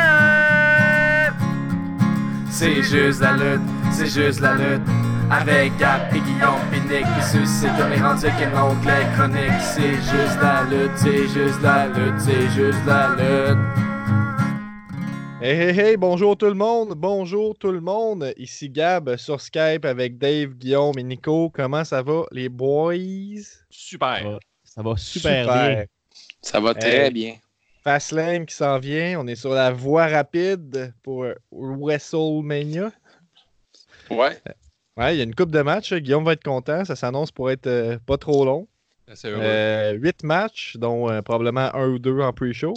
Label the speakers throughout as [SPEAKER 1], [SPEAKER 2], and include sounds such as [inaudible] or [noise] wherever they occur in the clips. [SPEAKER 1] CJDLL.
[SPEAKER 2] C'est juste la lutte, c'est juste la lutte. Avec Gap et Guillaume Pinique qui suscite comme les rendus qu'un onglet chronique. C'est juste la lutte, c'est juste la lutte, c'est juste la lutte.
[SPEAKER 3] Hey, hey, hey, bonjour tout le monde, bonjour tout le monde. Ici Gab sur Skype avec Dave, Guillaume et Nico. Comment ça va, les boys?
[SPEAKER 4] Super.
[SPEAKER 5] Ça va super, bien.
[SPEAKER 6] Ça va très
[SPEAKER 3] Hey.
[SPEAKER 6] bien.
[SPEAKER 3] Fastlane qui s'en vient. On est sur la voie rapide pour WrestleMania.
[SPEAKER 6] Ouais.
[SPEAKER 3] Ouais, il y a une coupe de matchs. Guillaume va être content. Ça s'annonce pour être euh, pas trop long.
[SPEAKER 4] C'est heureux.
[SPEAKER 3] Euh, Huit matchs, dont euh, probablement un ou deux en pre-show.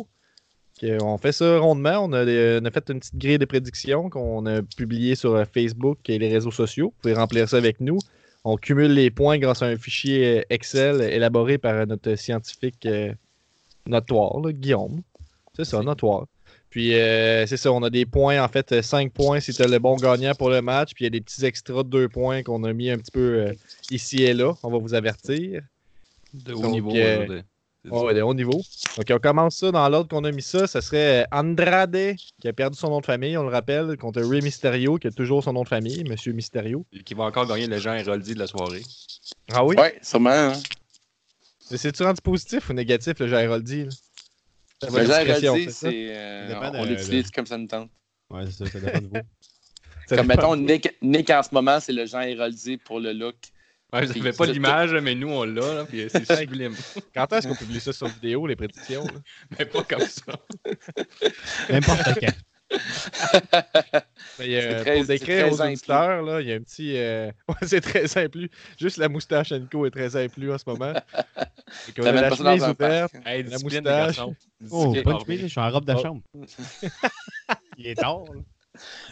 [SPEAKER 3] Fait que On fait ça rondement. On a, les- on a fait une petite grille de prédictions qu'on a publiée sur euh, Facebook et les réseaux sociaux. Vous pouvez remplir ça avec nous. On cumule les points grâce à un fichier euh, Excel élaboré par euh, notre scientifique euh, notoire, là, Guillaume. C'est ça, notoire. Puis euh, c'est ça, on a des points, en fait, 5 points si t'as le bon gagnant pour le match. Puis il y a des petits extras de 2 points qu'on a mis un petit peu euh, ici et là. On va vous avertir.
[SPEAKER 4] de haut
[SPEAKER 3] donc,
[SPEAKER 4] niveau
[SPEAKER 3] euh,
[SPEAKER 4] aujourd'hui. C'est
[SPEAKER 3] Ouais, ouais, de haut niveau. Donc, on commence ça dans l'ordre qu'on a mis ça. Ça serait euh, Andrade, qui a perdu son nom de famille, on le rappelle, contre Ray Mysterio, qui a toujours son nom de famille, Monsieur Mysterio.
[SPEAKER 4] ça. Qui va encore gagner le Jean Héroldi de la soirée.
[SPEAKER 3] Ah oui?
[SPEAKER 6] Ouais, sûrement. hein.
[SPEAKER 3] C'est-tu rendu positif ou négatif, le Géraldi? là? Ça va
[SPEAKER 6] Mais
[SPEAKER 3] être
[SPEAKER 6] j'ai
[SPEAKER 3] discrétion,
[SPEAKER 6] réalisé,
[SPEAKER 3] c'est ça?
[SPEAKER 6] c'est. euh,
[SPEAKER 5] Ça dépend
[SPEAKER 6] on
[SPEAKER 5] de-
[SPEAKER 6] l'utilise comme ça nous tente.
[SPEAKER 5] Ouais, c'est ça, ça dépend de vous.
[SPEAKER 3] Ça
[SPEAKER 6] comme
[SPEAKER 3] dépend.
[SPEAKER 6] mettons, Nick, Nick en ce moment, c'est le Jean Héroldi pour le look.
[SPEAKER 4] Ouais, vous
[SPEAKER 6] Puis,
[SPEAKER 4] n'avez pas
[SPEAKER 6] c'est-
[SPEAKER 4] l'image, mais nous, on l'a. là, puis
[SPEAKER 3] [laughs]
[SPEAKER 4] C'est sublime.
[SPEAKER 3] [laughs] Quand est-ce qu'on publie ça sur vidéo, les prédictions? là?
[SPEAKER 4] mais pas comme ça.
[SPEAKER 5] N'importe quand.
[SPEAKER 3] [laughs] Mais, euh,
[SPEAKER 6] très-
[SPEAKER 3] pour
[SPEAKER 6] c'est
[SPEAKER 3] décrire
[SPEAKER 6] très
[SPEAKER 3] aux
[SPEAKER 6] inclus.
[SPEAKER 3] auditeurs, là, il y a un petit. euh, [laughs] ouais, c'est très inclus. Juste la moustache à Nico est très inclus en ce moment.
[SPEAKER 6] [laughs]
[SPEAKER 3] Fait qu'on a
[SPEAKER 6] T'amènes
[SPEAKER 3] la
[SPEAKER 6] pas ça dans
[SPEAKER 3] chemise
[SPEAKER 6] un
[SPEAKER 3] ouverte.
[SPEAKER 6] parc.
[SPEAKER 4] Hey, discipline des
[SPEAKER 3] moustache.
[SPEAKER 4] garçons.
[SPEAKER 5] Oh,
[SPEAKER 4] Discipline-
[SPEAKER 5] bonne chemise, je suis en robe de
[SPEAKER 3] Oh.
[SPEAKER 5] chambre.
[SPEAKER 3] [laughs]
[SPEAKER 5] Il est tard, là.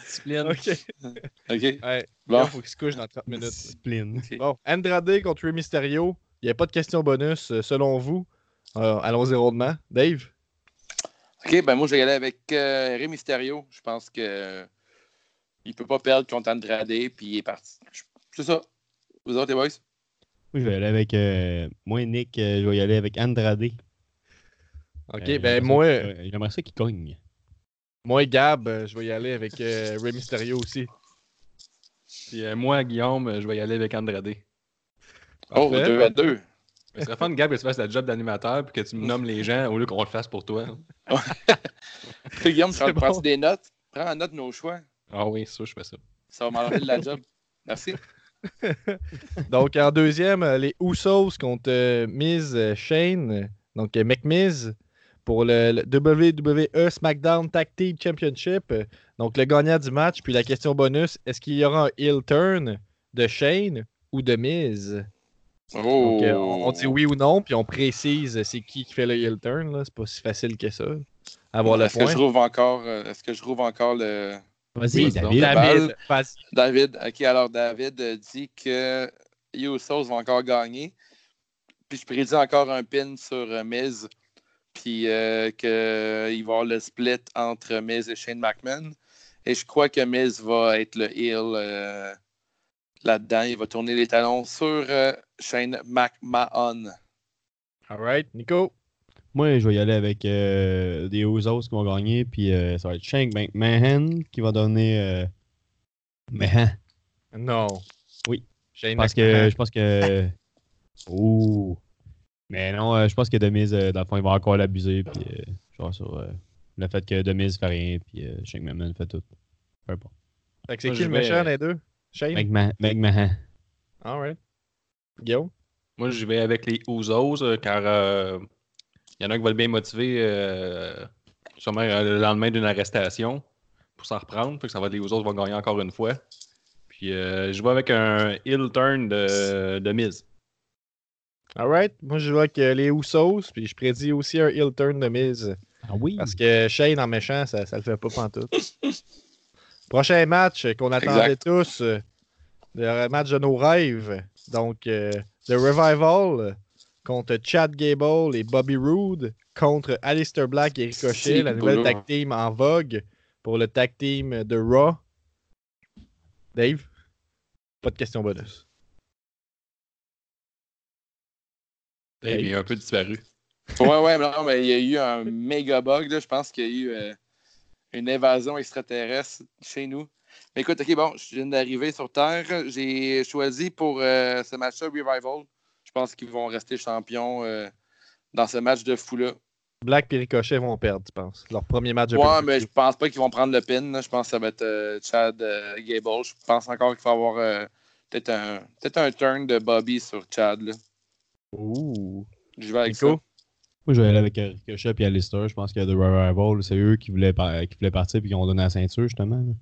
[SPEAKER 4] Discipline.
[SPEAKER 3] Ok.
[SPEAKER 6] [laughs] OK.
[SPEAKER 3] Ouais.
[SPEAKER 6] Bon.
[SPEAKER 3] Il faut qu'il se couche dans 30 minutes.
[SPEAKER 5] Discipline.
[SPEAKER 3] Bon, Andrade contre Rey Mysterio. Il n'y a pas de question bonus, euh, selon vous. Euh, Allons-y rondement. Dave,
[SPEAKER 6] OK, ben moi, je vais y aller avec euh, Rey Mysterio. Je pense que euh, il peut pas perdre contre Andrade, puis il est parti. Je- C'est ça. Vous autres, les boys?
[SPEAKER 5] Oui, je vais aller avec. euh, moi, Nick, euh, je vais y aller avec Andrade.
[SPEAKER 3] OK,
[SPEAKER 5] Euh, j'aimerais
[SPEAKER 3] ben
[SPEAKER 5] ça
[SPEAKER 3] moi,
[SPEAKER 5] qu'il- euh, J'aimerais ça qu'il cogne.
[SPEAKER 3] moi Gab, euh, je vais y aller avec euh, Rey Mysterio aussi.
[SPEAKER 4] Puis euh, moi, Guillaume, euh, je vais y aller avec Andrade.
[SPEAKER 6] Oh,
[SPEAKER 3] Parfait.
[SPEAKER 6] deux à deux.
[SPEAKER 4] Ce serait fun, Gab, que tu fasses la job d'animateur puis que tu me nommes les gens au lieu qu'on le fasse pour toi.
[SPEAKER 6] Puis, Guillaume, prends,
[SPEAKER 3] bon.
[SPEAKER 6] prends-tu des notes? Prends en note nos choix.
[SPEAKER 4] Ah oui, ça, je fais ça.
[SPEAKER 6] Ça va m'enlever de la job. Merci.
[SPEAKER 3] Donc, en deuxième, euh, les Usos contre euh, Miz euh, Shane, euh, donc euh, McMiz, pour le, le WWE SmackDown Tag Team Championship. Euh, Donc, le gagnant du match. Puis la question bonus, est-ce qu'il y aura un heel turn de Shane ou de Miz?
[SPEAKER 6] Oh.
[SPEAKER 3] Donc, euh, on, on dit oui ou non, puis on précise euh, c'est qui qui fait le heel turn. là. C'est pas si facile que ça. Avoir le
[SPEAKER 6] Est-ce que
[SPEAKER 3] point.
[SPEAKER 6] je rouvre encore, euh, est-ce que je rouvre encore le.
[SPEAKER 5] Vas-y,
[SPEAKER 4] Oui, donc,
[SPEAKER 5] David.
[SPEAKER 3] David, vas-y.
[SPEAKER 6] David, ok, alors David euh, dit que Usos va encore gagner. Puis je prédis encore un pin sur euh, Miz. Puis euh, qu'il va y avoir le split entre Miz et Shane McMahon. Et je crois que Miz va être le heel euh, là-dedans. Il va tourner les talons sur euh, Shane McMahon.
[SPEAKER 3] All right, Nico.
[SPEAKER 5] Moi, je vais y aller avec euh, des Usos qui vont gagner, puis euh, ça va être Shank McMahon qui va donner. Euh, Mahan.
[SPEAKER 3] Non.
[SPEAKER 5] Oui.
[SPEAKER 3] Shane
[SPEAKER 5] Parce que
[SPEAKER 3] McMahon.
[SPEAKER 5] je pense que. Ouh. Mais non, euh, je pense que Demise, euh, dans le fond, il va encore l'abuser. Puis, euh, genre, sur euh, le fait que Demise fait rien, puis euh, Shane McMahon fait tout. Peu importe.
[SPEAKER 3] Fait que c'est
[SPEAKER 4] Moi,
[SPEAKER 3] qui
[SPEAKER 4] je
[SPEAKER 3] le
[SPEAKER 4] vais-
[SPEAKER 3] méchant des deux? Shane?
[SPEAKER 5] McMahon. McMahon.
[SPEAKER 3] All right. Guillaume?
[SPEAKER 4] Moi, j'y vais avec les Ouzos euh, car euh, il y en a un qui va le bien motiver euh, sûrement euh, le lendemain d'une arrestation pour s'en reprendre. Fait que ça va être les Ouzos vont gagner encore une fois. Puis euh, je vais avec un heel turn de, de Miz.
[SPEAKER 3] All right. Moi, je vois que les Usos, puis je prédis aussi un heel turn de Miz.
[SPEAKER 5] Ah oui.
[SPEAKER 3] Parce que Shane en méchant, ça, ça le fait pas pantoute.
[SPEAKER 6] [laughs]
[SPEAKER 3] Prochain match euh, qu'on attendait tous, euh, le match de nos rêves. Donc, euh, The Revival euh, contre Chad Gable et Bobby Roode contre Aleister Black et Ricochet,
[SPEAKER 6] Si,
[SPEAKER 3] la nouvelle
[SPEAKER 6] boulot.
[SPEAKER 3] tag team en vogue pour le tag team de Raw. Dave, pas de question bonus.
[SPEAKER 4] Dave, il est un Eh peu disparu.
[SPEAKER 6] Ouais, ouais, mais non, mais il y a eu un méga bug, là. Je pense qu'il y a eu euh, une évasion extraterrestre chez nous. Mais écoute, OK, bon, je viens d'arriver sur Terre. J'ai choisi pour euh, ce match-là Revival. Je pense qu'ils vont rester champions euh, dans ce match de fou-là.
[SPEAKER 3] Black et Ricochet vont perdre, tu penses. Leur premier match de
[SPEAKER 6] Ouais,
[SPEAKER 3] pay-per-view.
[SPEAKER 6] mais je pense pas qu'ils vont prendre le pin. là. Je pense que ça va être euh, Chad euh, Gable. Je pense encore qu'il va y avoir euh, peut-être un, peut un turn de Bobby sur Chad. Là.
[SPEAKER 3] Ouh.
[SPEAKER 6] Je vais avec
[SPEAKER 3] Nico?
[SPEAKER 5] Moi, je vais aller avec euh, Ricochet et Alistair. Je pense que The Revival, c'est eux qui voulaient, par- qui voulaient partir et qui ont donné la ceinture, justement. là.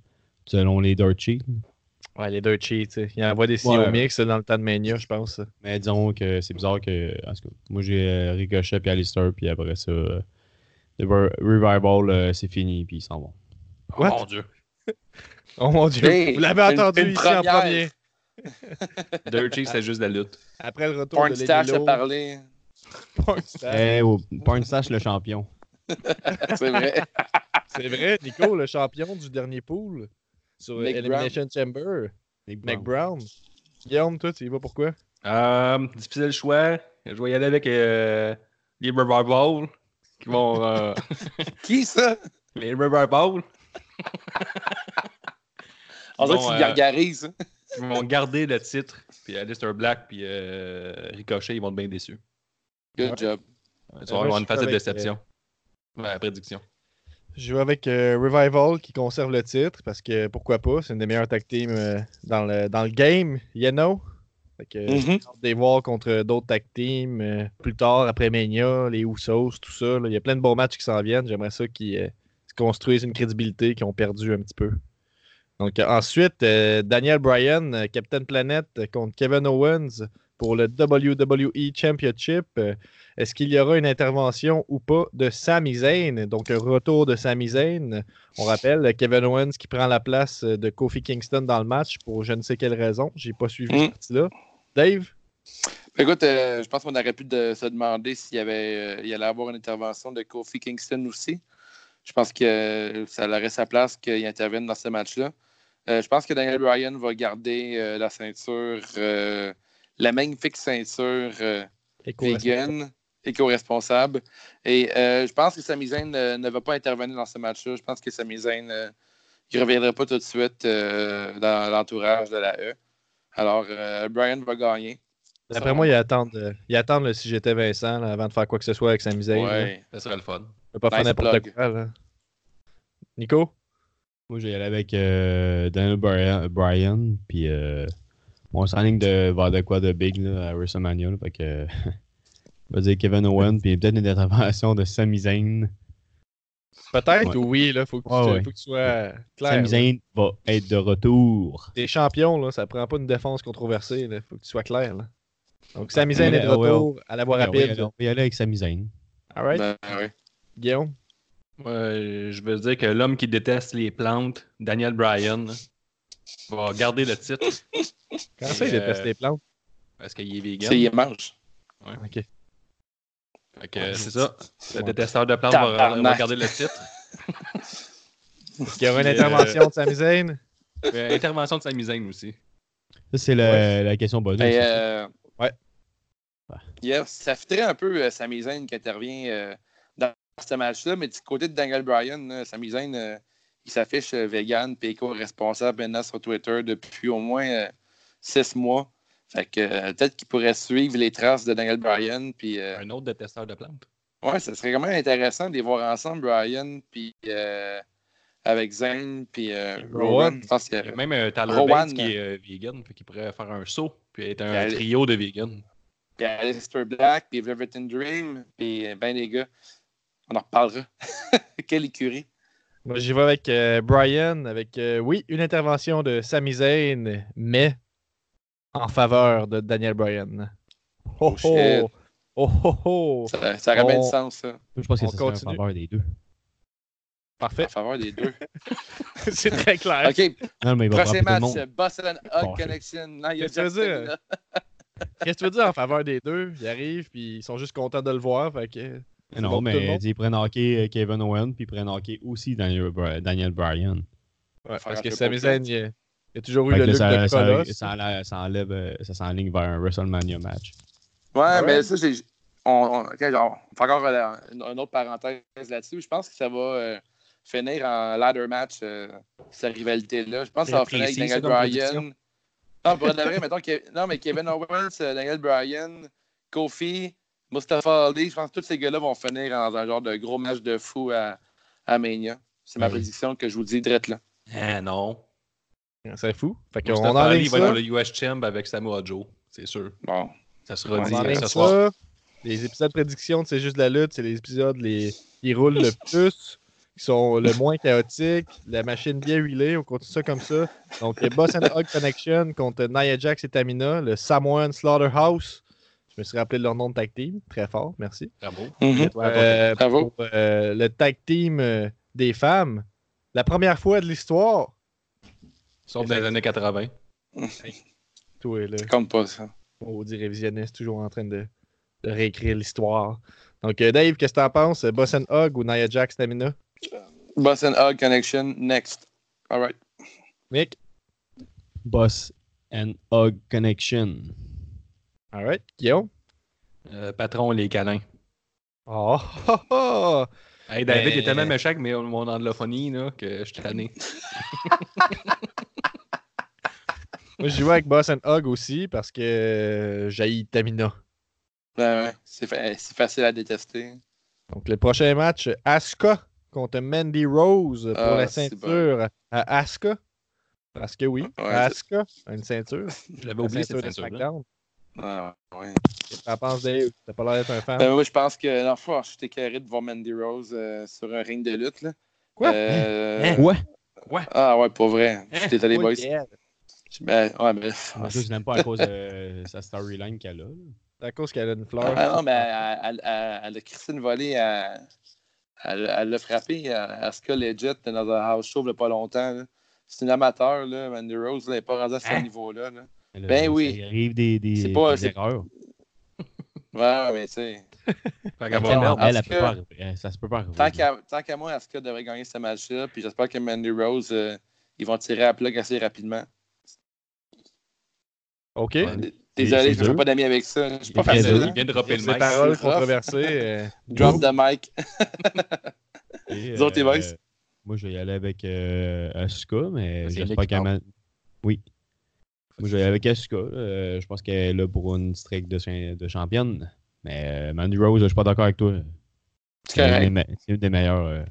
[SPEAKER 5] Selon les Dirt Sheets.
[SPEAKER 3] Ouais, les deux cheats, tu sais. Ils envoient des CEO
[SPEAKER 5] Ouais.
[SPEAKER 3] mix dans le temps de Mania, je pense. [laughs]
[SPEAKER 5] Mais disons que c'est bizarre que. en tout cas, moi, j'ai euh, Ricochet puis Alistair, puis après ça, euh, The Re- Revival, euh, c'est fini, puis ils s'en vont.
[SPEAKER 4] Oh
[SPEAKER 3] What?
[SPEAKER 4] mon dieu.
[SPEAKER 3] Oh mon dieu.
[SPEAKER 6] Hey,
[SPEAKER 3] Vous l'avez
[SPEAKER 6] une-
[SPEAKER 3] entendu
[SPEAKER 6] une
[SPEAKER 3] ici en
[SPEAKER 6] première.
[SPEAKER 3] premier.
[SPEAKER 4] [laughs] Dirty, c'est juste de la lutte.
[SPEAKER 3] Après le retour de
[SPEAKER 6] Pornstar,
[SPEAKER 3] Lady
[SPEAKER 6] je
[SPEAKER 3] Lo,
[SPEAKER 6] parlé.
[SPEAKER 3] Pornstar.
[SPEAKER 5] Eh, au Pornstash, le champion.
[SPEAKER 6] [laughs]
[SPEAKER 3] [laughs]
[SPEAKER 6] C'est vrai.
[SPEAKER 3] C'est vrai, Nico, le champion du dernier pool sur euh,
[SPEAKER 6] Nick Brown.
[SPEAKER 3] Elimination Chamber,
[SPEAKER 5] Nick
[SPEAKER 3] Mac
[SPEAKER 5] Brown.
[SPEAKER 3] Brown. Guillaume, toi, tu y vas pourquoi?
[SPEAKER 4] Euh, difficile le choix. Je vais y aller avec euh, les Revival. Qui vont. [laughs] euh,
[SPEAKER 6] Qui ça?
[SPEAKER 4] les Revival.
[SPEAKER 6] On dirait que
[SPEAKER 4] Bon,
[SPEAKER 6] tu
[SPEAKER 4] euh,
[SPEAKER 6] gargarises. hein.
[SPEAKER 4] Ils vont garder le titre. Puis Alistair Black puis euh, Ricochet, ils vont être bien déçus.
[SPEAKER 6] Good
[SPEAKER 3] ouais.
[SPEAKER 6] job.
[SPEAKER 4] Tu vas
[SPEAKER 3] moi, je
[SPEAKER 4] avoir une
[SPEAKER 3] suis
[SPEAKER 4] phase de
[SPEAKER 3] avec,
[SPEAKER 4] déception. Ouais,
[SPEAKER 3] euh,
[SPEAKER 4] prédiction.
[SPEAKER 3] Je vais avec euh, Revival qui conserve le titre parce que pourquoi pas, c'est une des meilleures tag teams euh, dans, le, dans le game, you know? Fait que j'ai
[SPEAKER 6] Mhm.
[SPEAKER 3] hâte de les voir contre d'autres tag teams euh, plus tard, après Mania, les Usos, tout ça. là. Il y a plein de bons matchs qui s'en viennent. J'aimerais ça qu'ils euh, se construisent une crédibilité qu'ils ont perdue un petit peu. Donc euh, ensuite, euh, Daniel Bryan, euh, Captain Planet euh, contre Kevin Owens pour le WWE Championship. Euh, Est-ce qu'il y aura une intervention ou pas de Sami Zayn? Donc un retour de Sami Zayn. On rappelle euh, Kevin Owens qui prend la place euh, de Kofi Kingston dans le match pour je ne sais quelle raison. J'ai pas suivi
[SPEAKER 6] Mm.
[SPEAKER 3] cette partie-là. Dave?
[SPEAKER 6] Écoute, euh, je pense qu'on aurait pu de- se demander s'il y avait, euh, il allait avoir une intervention de Kofi Kingston aussi. Je pense que euh, ça aurait sa place qu'il intervienne dans ce match-là. Euh, je pense que Daniel Bryan va garder euh, la ceinture, euh, la magnifique ceinture euh, vegan, éco-responsable. Et euh, je pense que Sami Zayn euh, ne va pas intervenir dans ce match-là. Je pense que Sami Zayn euh, il ne reviendra pas tout de suite euh, dans l'entourage de la E. Alors, euh, Bryan va gagner.
[SPEAKER 3] D'après moi, ils attendent, euh, ils attendent le si j'étais Vincent là, avant de faire quoi que ce soit avec Sami Zayn. hein. là.
[SPEAKER 6] Ouais.
[SPEAKER 4] Ça serait le fun.
[SPEAKER 3] Il peut pas
[SPEAKER 6] Nice
[SPEAKER 3] faire n'importe
[SPEAKER 6] plug.
[SPEAKER 3] quoi. là. Nico?
[SPEAKER 5] Moi, j'ai allé avec euh, Daniel Bryan, Bryan, puis euh, on s'enligne de vers de quoi de big là, à WrestleMania. là, fait que, [laughs] on va dire Kevin Owen, puis peut-être une intervention de Sami Zayn.
[SPEAKER 3] Peut-être
[SPEAKER 5] Ouais.
[SPEAKER 3] ou oui, là, faut que tu,
[SPEAKER 5] Ouais, ouais.
[SPEAKER 3] faut que tu sois euh, clair.
[SPEAKER 5] Sami
[SPEAKER 3] là.
[SPEAKER 5] Zayn va être de retour.
[SPEAKER 3] T'es champion, là, ça prend pas une défense controversée. Il faut que tu sois clair. Là. Donc Sami Zayn
[SPEAKER 5] Ouais,
[SPEAKER 3] est de
[SPEAKER 5] ouais, ouais.
[SPEAKER 3] retour à la voie
[SPEAKER 5] Ah oui,
[SPEAKER 3] rapide.
[SPEAKER 5] alors, on va y aller avec Sami Zayn.
[SPEAKER 3] All right,
[SPEAKER 6] Ben, ouais.
[SPEAKER 3] Guillaume?
[SPEAKER 4] Ouais, je veux dire que l'homme qui déteste les plantes, Daniel Bryan, là, va garder le titre
[SPEAKER 3] Quand
[SPEAKER 4] Et,
[SPEAKER 3] ça, il
[SPEAKER 4] euh,
[SPEAKER 3] déteste les
[SPEAKER 6] [laughs]
[SPEAKER 3] plantes?
[SPEAKER 4] parce qu'il est vegan.
[SPEAKER 6] C'est il mange.
[SPEAKER 3] Ok.
[SPEAKER 4] Fait que, euh, c'est ça. Le
[SPEAKER 3] Ouais.
[SPEAKER 4] détesteur de plantes va,
[SPEAKER 6] Tabarnak.
[SPEAKER 4] va garder le titre.
[SPEAKER 3] Est-ce qu'il y aura une
[SPEAKER 4] Euh,
[SPEAKER 3] intervention de Sami Zayn?
[SPEAKER 4] Mais intervention de Sami Zayn aussi.
[SPEAKER 5] Ça, c'est la,
[SPEAKER 3] Ouais. Ben,
[SPEAKER 5] la question bonus.
[SPEAKER 6] Et,
[SPEAKER 5] Ben, ça.
[SPEAKER 6] euh,
[SPEAKER 3] Ouais.
[SPEAKER 6] Yes, ça fitterait un peu euh, Sami Zayn qui intervient euh, dans ce match-là, mais du côté de Daniel Bryan, euh, Sami Zayn, euh, il s'affiche euh, vegan et éco-responsable maintenant sur Twitter depuis au moins euh, six mois. Fait que euh, peut-être qu'il pourrait suivre les traces de Daniel Bryan. Puis, euh,
[SPEAKER 4] Un autre détesteur de plantes.
[SPEAKER 6] ouais, ça serait quand même intéressant de les voir ensemble, Bryan, puis euh, avec Zayn, puis euh,
[SPEAKER 3] Rowan.
[SPEAKER 6] Rowan. Je pense qu'il
[SPEAKER 4] Il
[SPEAKER 6] y
[SPEAKER 4] y
[SPEAKER 6] aurait-
[SPEAKER 4] a même euh, Tyler
[SPEAKER 6] Rowan.
[SPEAKER 4] Bates qui est euh, vegan, fait qu'il pourrait faire un saut puis être un
[SPEAKER 6] Ben,
[SPEAKER 4] trio de vegan.
[SPEAKER 6] puis Alistair Black, puis Velvet Dream, puis euh, ben les gars, on en reparlera. [laughs] Quelle écurie.
[SPEAKER 3] Moi, j'y vais avec euh, Brian, avec, euh, oui, une intervention de Sami Zayn, mais en faveur de Daniel Bryan. Oh,
[SPEAKER 6] Oh, shit.
[SPEAKER 3] oh, oh, oh,
[SPEAKER 6] [laughs]
[SPEAKER 3] oh.
[SPEAKER 6] Ça, ça aurait bien
[SPEAKER 3] On-
[SPEAKER 6] du sens, ça,
[SPEAKER 5] Moi, je pense que
[SPEAKER 3] on
[SPEAKER 5] ça serait en
[SPEAKER 3] continue.
[SPEAKER 5] faveur des deux.
[SPEAKER 3] Parfait,
[SPEAKER 6] en faveur des deux.
[SPEAKER 3] c'est très clair.
[SPEAKER 6] OK,
[SPEAKER 5] Non, mais il va frapper
[SPEAKER 6] prochain
[SPEAKER 5] tout le
[SPEAKER 6] match,
[SPEAKER 5] monde.
[SPEAKER 6] Boston Hug
[SPEAKER 5] Fâché.
[SPEAKER 6] Connection. Non, il y a
[SPEAKER 3] Qu'est-ce que tu
[SPEAKER 6] Justin,
[SPEAKER 3] veux dire?
[SPEAKER 6] là.
[SPEAKER 3] Qu'est-ce que tu veux dire en faveur des deux? Ils arrivent, puis ils sont juste contents de le voir. Fait que...
[SPEAKER 5] Mais
[SPEAKER 3] bon
[SPEAKER 5] Non,
[SPEAKER 3] pour tout le
[SPEAKER 5] mais
[SPEAKER 3] monde.
[SPEAKER 5] dis, ils prennent hockey euh, Kevin Owen, puis ils prennent hockey aussi Daniel, Bry- Daniel Bryan.
[SPEAKER 3] parce
[SPEAKER 6] parce
[SPEAKER 3] que
[SPEAKER 6] que
[SPEAKER 3] Sami
[SPEAKER 6] pour
[SPEAKER 3] Zayn, il, a- il a toujours eu
[SPEAKER 5] Fait
[SPEAKER 3] le
[SPEAKER 5] que
[SPEAKER 3] look
[SPEAKER 5] ça,
[SPEAKER 3] de
[SPEAKER 5] ça,
[SPEAKER 3] colosse.
[SPEAKER 5] ça, enlève- ça enlève, euh, ça s'enligne vers un WrestleMania match.
[SPEAKER 6] Ouais,
[SPEAKER 3] Ouais.
[SPEAKER 6] mais ça, j'ai on, on- ok, genre, on fait encore euh, une, une autre parenthèse là-dessus. Je pense que ça va euh, finir en ladder match, euh, cette rivalité-là. Je pense que ça va
[SPEAKER 4] Très
[SPEAKER 6] finir avec
[SPEAKER 4] précis,
[SPEAKER 6] Daniel
[SPEAKER 4] ça, comme
[SPEAKER 6] Bryan.
[SPEAKER 4] prédiction.
[SPEAKER 6] Non, pour de vrai, mettons, Ke- non, mais Kevin Owens, euh, Daniel Bryan, Kofi, Mustafa Ali, je pense que tous ces gars-là vont finir dans un genre de gros match de fou à, à Mania. C'est ma
[SPEAKER 5] Ouais.
[SPEAKER 6] prédiction que je vous dis direct là.
[SPEAKER 4] Ah non.
[SPEAKER 3] C'est fou. Fait qu'on
[SPEAKER 4] Mustafa Ali
[SPEAKER 3] enlève
[SPEAKER 4] va être dans
[SPEAKER 3] ça.
[SPEAKER 4] le US Champ avec Samoa Joe, c'est sûr.
[SPEAKER 6] Bon.
[SPEAKER 4] Ça sera
[SPEAKER 6] On
[SPEAKER 3] On
[SPEAKER 4] dit
[SPEAKER 6] enlève
[SPEAKER 4] euh,
[SPEAKER 3] enlève
[SPEAKER 4] ce soir.
[SPEAKER 3] ça. Les épisodes prédiction, c'est juste la lutte. C'est les épisodes les... qui roulent le plus, qui sont le moins chaotiques. La machine bien huilée, on continue ça comme ça. Donc, le Boss and Hug Connection contre Nia Jax et Tamina, le Samoan Slaughterhouse. Je me suis rappelé leur nom de tag team. Très fort, merci.
[SPEAKER 4] Bravo.
[SPEAKER 6] Mhm.
[SPEAKER 3] Euh,
[SPEAKER 6] Bravo.
[SPEAKER 3] pour, euh, le tag team euh, des femmes. La première fois de l'histoire.
[SPEAKER 4] Sauf dans les années 80.
[SPEAKER 3] Toi, là,
[SPEAKER 6] Ça compte pas, ça.
[SPEAKER 3] maudit révisionniste, toujours en train de, de réécrire l'histoire. Donc, euh, Dave, qu'est-ce que t'en penses? Boss and Hug ou Nia Jax Stamina?
[SPEAKER 6] Boss and Hug Connection, next. All right.
[SPEAKER 3] Mick?
[SPEAKER 5] Boss and Hug Connection.
[SPEAKER 3] All right. Guillaume?
[SPEAKER 4] Euh, patron, les câlins.
[SPEAKER 3] Oh, oh, oh.
[SPEAKER 4] Hey, David,
[SPEAKER 3] Mais-
[SPEAKER 4] il est tellement méchant que mes- mon anglophonie, là, que je suis tanné.
[SPEAKER 3] Moi, j'y vais avec Boss and Hug aussi parce que euh, j'haïs Tamina.
[SPEAKER 6] Ben, Ouais, ouais. C'est fa- eh, c'est facile à détester.
[SPEAKER 3] Donc, le prochain match, Asuka contre Mandy Rose pour
[SPEAKER 6] Ah,
[SPEAKER 3] la
[SPEAKER 6] c'est
[SPEAKER 3] ceinture à Asuka. Parce que oui,
[SPEAKER 6] Ouais,
[SPEAKER 3] Asuka a une ceinture.
[SPEAKER 4] Je l'avais
[SPEAKER 3] La
[SPEAKER 4] oublié,
[SPEAKER 3] ceinture
[SPEAKER 4] cette
[SPEAKER 3] de
[SPEAKER 4] ceinture-là.
[SPEAKER 3] SmackDown.
[SPEAKER 6] Ah, ouais.
[SPEAKER 3] T'en penses, Dave? T'as pas l'air d'être un fan.
[SPEAKER 6] Ben, moi, je pense que l'enfant, je suis écœuré de voir Mandy Rose euh, sur un ring de lutte. Là.
[SPEAKER 3] Quoi?
[SPEAKER 6] Euh,
[SPEAKER 4] Hein?
[SPEAKER 5] Ouais.
[SPEAKER 6] Ah, ouais, pour vrai. Je suis désolé,
[SPEAKER 3] Oui,
[SPEAKER 6] boys.
[SPEAKER 3] yeah.
[SPEAKER 6] Ben, ouais, mais.
[SPEAKER 5] En plus, je l'aime pas à
[SPEAKER 6] [laughs]
[SPEAKER 5] cause de sa storyline qu'elle a. là.
[SPEAKER 3] C'est à cause qu'elle a une fleur.
[SPEAKER 6] Ah, non, mais elle, elle- elle- elle a Christine volée. Elle, elle, elle l'a frappé à à ce que Legit dans un house show il y a pas longtemps. là. C'est une amateur, là. Mandy Rose, là, elle n'est pas rendue à ce
[SPEAKER 4] Hein?
[SPEAKER 6] niveau-là. Là.
[SPEAKER 5] Elle a-
[SPEAKER 6] Ben oui.
[SPEAKER 5] Ça arrive des, des,
[SPEAKER 6] C'est pas-
[SPEAKER 5] des
[SPEAKER 6] c'est-
[SPEAKER 5] erreurs.
[SPEAKER 6] Ouais, mais tu sais.
[SPEAKER 4] Fait
[SPEAKER 5] Elle,
[SPEAKER 4] qu'elle va perdre.
[SPEAKER 5] elle, elle
[SPEAKER 6] parce
[SPEAKER 5] peut
[SPEAKER 6] que-
[SPEAKER 5] pas arriver. Elle, Ça se peut pas arriver.
[SPEAKER 6] Tant qu'à tant qu'à moi, Asuka devrait gagner ce match-là, puis j'espère que Mandy Rose, euh, ils vont tirer à plug assez rapidement.
[SPEAKER 3] OK.
[SPEAKER 5] Ouais.
[SPEAKER 6] Désolé,
[SPEAKER 5] c'est
[SPEAKER 6] je ne
[SPEAKER 5] dur.
[SPEAKER 6] suis pas d'amis avec ça. Je suis pas
[SPEAKER 3] ah,
[SPEAKER 5] Il vient
[SPEAKER 6] facile.
[SPEAKER 5] de-
[SPEAKER 4] Il
[SPEAKER 6] hein.
[SPEAKER 4] vient de dropper le
[SPEAKER 3] Ces
[SPEAKER 4] mic.
[SPEAKER 3] paroles
[SPEAKER 6] c'est rough.
[SPEAKER 3] controversées. euh,
[SPEAKER 5] Oh.
[SPEAKER 6] Drop the mic.
[SPEAKER 5] Et,
[SPEAKER 6] Les autres, les
[SPEAKER 5] euh,
[SPEAKER 6] boys?
[SPEAKER 5] Moi, je vais y aller avec euh, Asuka, mais
[SPEAKER 6] Ah,
[SPEAKER 4] C'est
[SPEAKER 5] j'espère
[SPEAKER 4] Nick qui
[SPEAKER 5] qu'elle.
[SPEAKER 4] parle.
[SPEAKER 5] m'a- Oui. Moi, je vais y aller avec Asuka. euh, je pense qu'elle est là pour une streak de, cha- de championne. Mais euh, Mandy Rose, je suis pas d'accord avec toi.
[SPEAKER 6] C'est
[SPEAKER 5] C'est une des
[SPEAKER 6] correct.
[SPEAKER 5] me- c'est une des meilleures euh,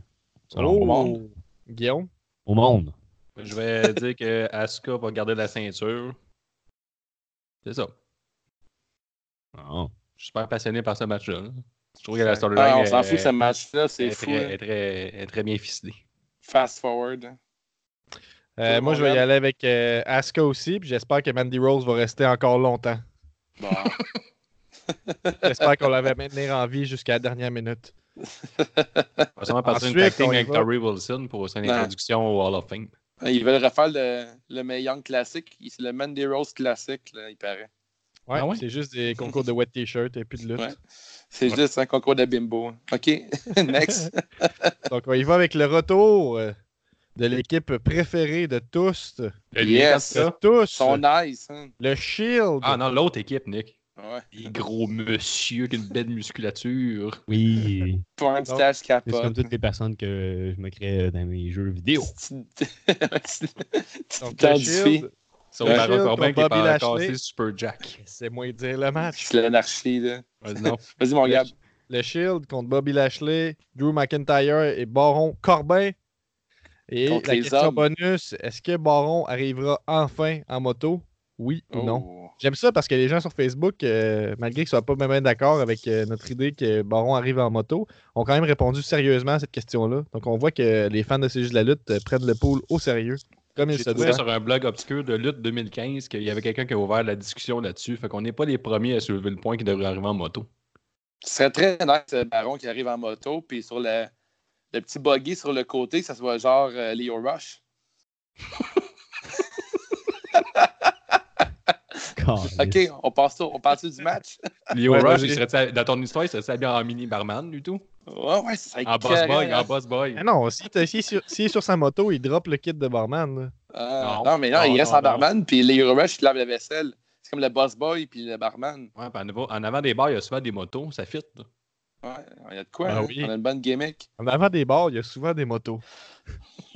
[SPEAKER 5] selon
[SPEAKER 3] Oh,
[SPEAKER 5] moi,
[SPEAKER 6] monde.
[SPEAKER 3] Guillaume?
[SPEAKER 5] au monde.
[SPEAKER 4] Je vais dire que Asuka va garder la ceinture. C'est ça.
[SPEAKER 5] Non.
[SPEAKER 4] Je suis super passionné par ce match-là. là. Je trouve que la storyline
[SPEAKER 6] Ah, on
[SPEAKER 4] est-
[SPEAKER 6] s'en fout, ce match-là, c'est
[SPEAKER 4] est
[SPEAKER 6] fou.
[SPEAKER 4] très,
[SPEAKER 6] hein.
[SPEAKER 4] est très, est très bien ficelée.
[SPEAKER 6] Fast forward.
[SPEAKER 3] Euh,
[SPEAKER 6] Tout
[SPEAKER 3] moi,
[SPEAKER 6] le
[SPEAKER 3] je vais y
[SPEAKER 6] monde.
[SPEAKER 3] aller avec euh, Asuka aussi, puis j'espère que Mandy Rose va rester encore longtemps.
[SPEAKER 6] Bon.
[SPEAKER 3] J'espère qu'on la va maintenir en vie jusqu'à la dernière minute.
[SPEAKER 4] On va sûrement partir une
[SPEAKER 3] Ensuite,
[SPEAKER 4] tag team
[SPEAKER 3] on y
[SPEAKER 4] avec
[SPEAKER 3] va.
[SPEAKER 4] Tori Wilson pour son
[SPEAKER 6] Ouais.
[SPEAKER 4] introduction au Hall of Fame.
[SPEAKER 6] [laughs] Ils veulent refaire le, le Mae Young classique. C'est le Mandy Rose classique, là, il paraît.
[SPEAKER 3] Ouais,
[SPEAKER 4] Ah ouais?
[SPEAKER 3] C'est juste des concours de wet t-shirt et plus de lutte.
[SPEAKER 6] Ouais. C'est juste un concours de bimbo. OK, [laughs] next.
[SPEAKER 3] Donc, on y va avec le retour euh, de l'équipe préférée de tous. De
[SPEAKER 4] Le
[SPEAKER 6] Yes.
[SPEAKER 4] Nick, ça.
[SPEAKER 3] tous.
[SPEAKER 6] Ils sont nice. hein.
[SPEAKER 3] Le Shield.
[SPEAKER 4] Ah non, l'autre équipe, Nick.
[SPEAKER 6] Ouais.
[SPEAKER 4] Les gros monsieur qui a une belle musculature.
[SPEAKER 5] Oui.
[SPEAKER 6] Pour un stage
[SPEAKER 5] C'est comme
[SPEAKER 6] capote.
[SPEAKER 5] toutes les personnes que je me crée euh, dans mes jeux vidéo.
[SPEAKER 6] Petit
[SPEAKER 3] Donc, le
[SPEAKER 6] temps du fille.
[SPEAKER 3] Shield,
[SPEAKER 4] Son
[SPEAKER 6] Le
[SPEAKER 4] Baron
[SPEAKER 3] Shield
[SPEAKER 4] Corbin qui
[SPEAKER 3] contre
[SPEAKER 4] est
[SPEAKER 3] Bobby
[SPEAKER 4] pas cassé
[SPEAKER 3] Lashley.
[SPEAKER 4] Super Jack.
[SPEAKER 3] c'est moins dire le match.
[SPEAKER 6] C'est l'anarchie, là.
[SPEAKER 4] Ouais, Euh, non.
[SPEAKER 6] Vas-y, mon
[SPEAKER 3] Le-
[SPEAKER 6] Gab.
[SPEAKER 3] Le Shield contre Bobby Lashley, Drew McIntyre et Baron Corbin. Et
[SPEAKER 6] Contre
[SPEAKER 3] la
[SPEAKER 6] les
[SPEAKER 3] question
[SPEAKER 6] hommes.
[SPEAKER 3] bonus, est-ce que Baron arrivera enfin en moto? Oui ou non?
[SPEAKER 6] Oh.
[SPEAKER 3] J'aime ça parce que les gens sur Facebook, euh, malgré qu'ils ne soient pas même d'accord avec euh, notre idée que Baron arrive en moto, ont quand même répondu sérieusement à cette question-là. Donc on voit que les fans de ces Jeux de la lutte euh, prennent le pôle au sérieux, comme il
[SPEAKER 4] J'ai
[SPEAKER 3] se
[SPEAKER 4] trouvé
[SPEAKER 3] doit.
[SPEAKER 4] sur un blog obscur de lutte 2015 qu'il y avait quelqu'un qui a ouvert la discussion là-dessus. Fait qu'on n'est pas les premiers à soulever le point qui devrait arriver en moto.
[SPEAKER 6] Ce serait très nice, euh, Baron, qui arrive en moto, puis sur le, le petit buggy sur le côté, ça soit genre euh, Leo Rush. [laughs] OK, on passe au- on passe du match. [laughs]
[SPEAKER 4] Leo
[SPEAKER 3] Ouais,
[SPEAKER 4] Rush,
[SPEAKER 3] vas-y.
[SPEAKER 4] il serait dans ton histoire, il serait bien en mini barman du tout.
[SPEAKER 6] Ouais, ouais, ça serait
[SPEAKER 4] En Ah, boss
[SPEAKER 6] carré,
[SPEAKER 4] boy,
[SPEAKER 6] hein.
[SPEAKER 4] en boss boy.
[SPEAKER 3] Ah non, s'il si est sur, s'il est sur sa moto, il drop le kit de barman. là.
[SPEAKER 6] Ah,
[SPEAKER 4] Non.
[SPEAKER 6] non, mais non,
[SPEAKER 4] Non,
[SPEAKER 6] il reste
[SPEAKER 4] non,
[SPEAKER 6] en barman, puis Leo Rush, il lave la vaisselle. C'est comme le boss boy puis le barman.
[SPEAKER 4] Ouais, puis en, avant- en avant des bars, il y a souvent des motos, ça fit. là.
[SPEAKER 6] Ouais, il y a de quoi.
[SPEAKER 3] Ah
[SPEAKER 6] hein?
[SPEAKER 3] oui.
[SPEAKER 6] On a une bonne gimmick.
[SPEAKER 3] En avant des bars, il y a souvent des motos.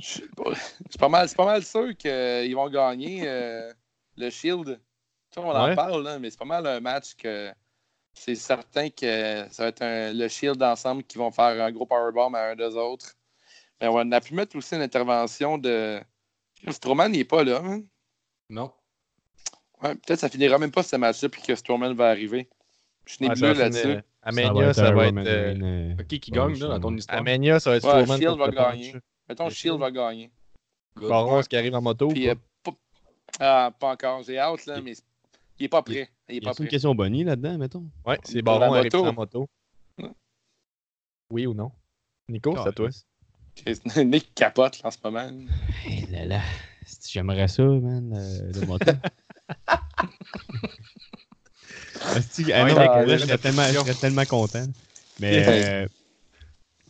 [SPEAKER 6] Je sais pas. [laughs] C'est pas mal, c'est pas mal sûr qu'ils vont gagner euh, le Shield. Tu vois, on en
[SPEAKER 3] Ouais.
[SPEAKER 6] parle, là, mais c'est pas mal un match que c'est certain que ça va être un- le Shield ensemble qui vont faire un gros powerbomb à un d'eux autres. Mais on a pu mettre aussi une intervention de. Strowman n'est pas là. hein?
[SPEAKER 4] Non.
[SPEAKER 6] Ouais, peut-être que ça finira même pas ce match-là puis que Strowman va arriver. Je suis
[SPEAKER 3] Ouais,
[SPEAKER 6] nébuleux
[SPEAKER 3] ça va finir- euh,
[SPEAKER 6] là-dessus.
[SPEAKER 3] À Mania, ça va être. euh,
[SPEAKER 4] Qui qui
[SPEAKER 5] Ouais,
[SPEAKER 4] gagne,
[SPEAKER 5] je
[SPEAKER 4] là, dans
[SPEAKER 5] sais
[SPEAKER 4] ton
[SPEAKER 5] pas.
[SPEAKER 3] À
[SPEAKER 4] histoire?
[SPEAKER 3] Mania, ça va être
[SPEAKER 6] Ouais,
[SPEAKER 3] Strowman
[SPEAKER 6] Shield
[SPEAKER 3] contre
[SPEAKER 6] va
[SPEAKER 3] le punch.
[SPEAKER 6] gagner. Mettons,
[SPEAKER 3] Le
[SPEAKER 6] Shield va gagner.
[SPEAKER 4] Good.
[SPEAKER 3] Baron, est-ce qu'il arrive en moto? ou
[SPEAKER 6] Puis,
[SPEAKER 3] pas?
[SPEAKER 6] euh, pas... Ah, pas encore. J'ai hâte, là, mais il est pas prêt. Il est
[SPEAKER 5] Il y a
[SPEAKER 6] pas
[SPEAKER 5] une
[SPEAKER 6] prêt.
[SPEAKER 5] question bonnie là-dedans, mettons.
[SPEAKER 3] Ouais, c'est
[SPEAKER 6] Dans la
[SPEAKER 3] Baron arrive
[SPEAKER 6] moto.
[SPEAKER 3] en moto. Oui ou non? Nico, Oh, c'est à toi.
[SPEAKER 6] Nick capote là, en ce moment.
[SPEAKER 5] Hey là là, si j'aimerais ça, man, euh, le, le moto. Asti, ah non,
[SPEAKER 6] Ouais,
[SPEAKER 5] pour
[SPEAKER 6] ouais,
[SPEAKER 5] vrai,
[SPEAKER 6] ouais,
[SPEAKER 5] je serais tellement, je serais tellement content. Mais euh,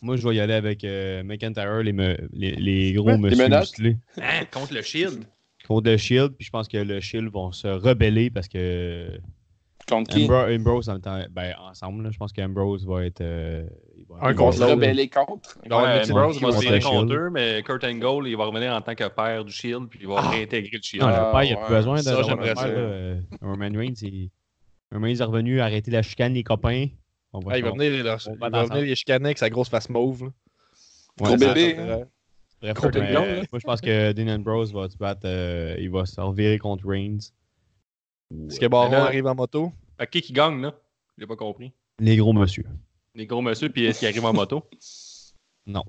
[SPEAKER 5] moi, je vais y aller avec euh, McIntyre, les, me- les, les gros
[SPEAKER 6] Ouais, les
[SPEAKER 5] monsieur
[SPEAKER 6] menottes.
[SPEAKER 5] musclés.
[SPEAKER 4] Hein, contre le Shield.
[SPEAKER 5] Contre le Shield, puis je pense que le Shield vont se rebeller parce que
[SPEAKER 6] Contre qui
[SPEAKER 5] Ambro- Ambrose, en temps- ben, ensemble, là, je pense qu'Ambrose va être. euh, il va-
[SPEAKER 3] Un
[SPEAKER 5] il va-
[SPEAKER 6] Ils vont se
[SPEAKER 3] contre l'autre.
[SPEAKER 6] rebeller contre.
[SPEAKER 4] Donc,
[SPEAKER 3] Ouais,
[SPEAKER 5] mais
[SPEAKER 4] Ambrose
[SPEAKER 5] tu-
[SPEAKER 4] va se
[SPEAKER 5] contre
[SPEAKER 4] tirer
[SPEAKER 5] le Shield.
[SPEAKER 4] contre eux, mais Kurt Angle, il va revenir en tant que père du Shield, puis il va réintégrer le Shield.
[SPEAKER 5] Non, le
[SPEAKER 6] Ah,
[SPEAKER 5] père, il a
[SPEAKER 6] ouais.
[SPEAKER 5] plus besoin de.
[SPEAKER 3] Ça,
[SPEAKER 5] d'avoir
[SPEAKER 3] j'aimerais
[SPEAKER 5] le père,
[SPEAKER 3] ça.
[SPEAKER 5] là. Euh, Roman Reigns, il... Roman Reigns est revenu arrêter la chicane, les copains. On
[SPEAKER 3] Ah, il va
[SPEAKER 5] s'en-
[SPEAKER 3] venir, il va-
[SPEAKER 5] On
[SPEAKER 3] il
[SPEAKER 5] va
[SPEAKER 3] va
[SPEAKER 5] dans
[SPEAKER 3] venir les chicaner avec sa grosse face mauve. là.
[SPEAKER 5] Ouais,
[SPEAKER 6] Gros
[SPEAKER 5] ça-
[SPEAKER 6] bébé. hein.
[SPEAKER 3] Ouais.
[SPEAKER 5] Bref,
[SPEAKER 3] Gros
[SPEAKER 5] mais,
[SPEAKER 3] bébé.
[SPEAKER 5] euh, moi, je pense que Dean Ambrose va se battre. euh, il va se revirer contre Reigns.
[SPEAKER 3] Est-ce que Baron
[SPEAKER 4] Mais là-
[SPEAKER 3] arrive en moto?
[SPEAKER 4] Fait que qui qui gagne, là? J'ai pas compris.
[SPEAKER 5] Les gros monsieur.
[SPEAKER 4] Les gros monsieur, puis est-ce qu'il arrive en moto?
[SPEAKER 5] Mais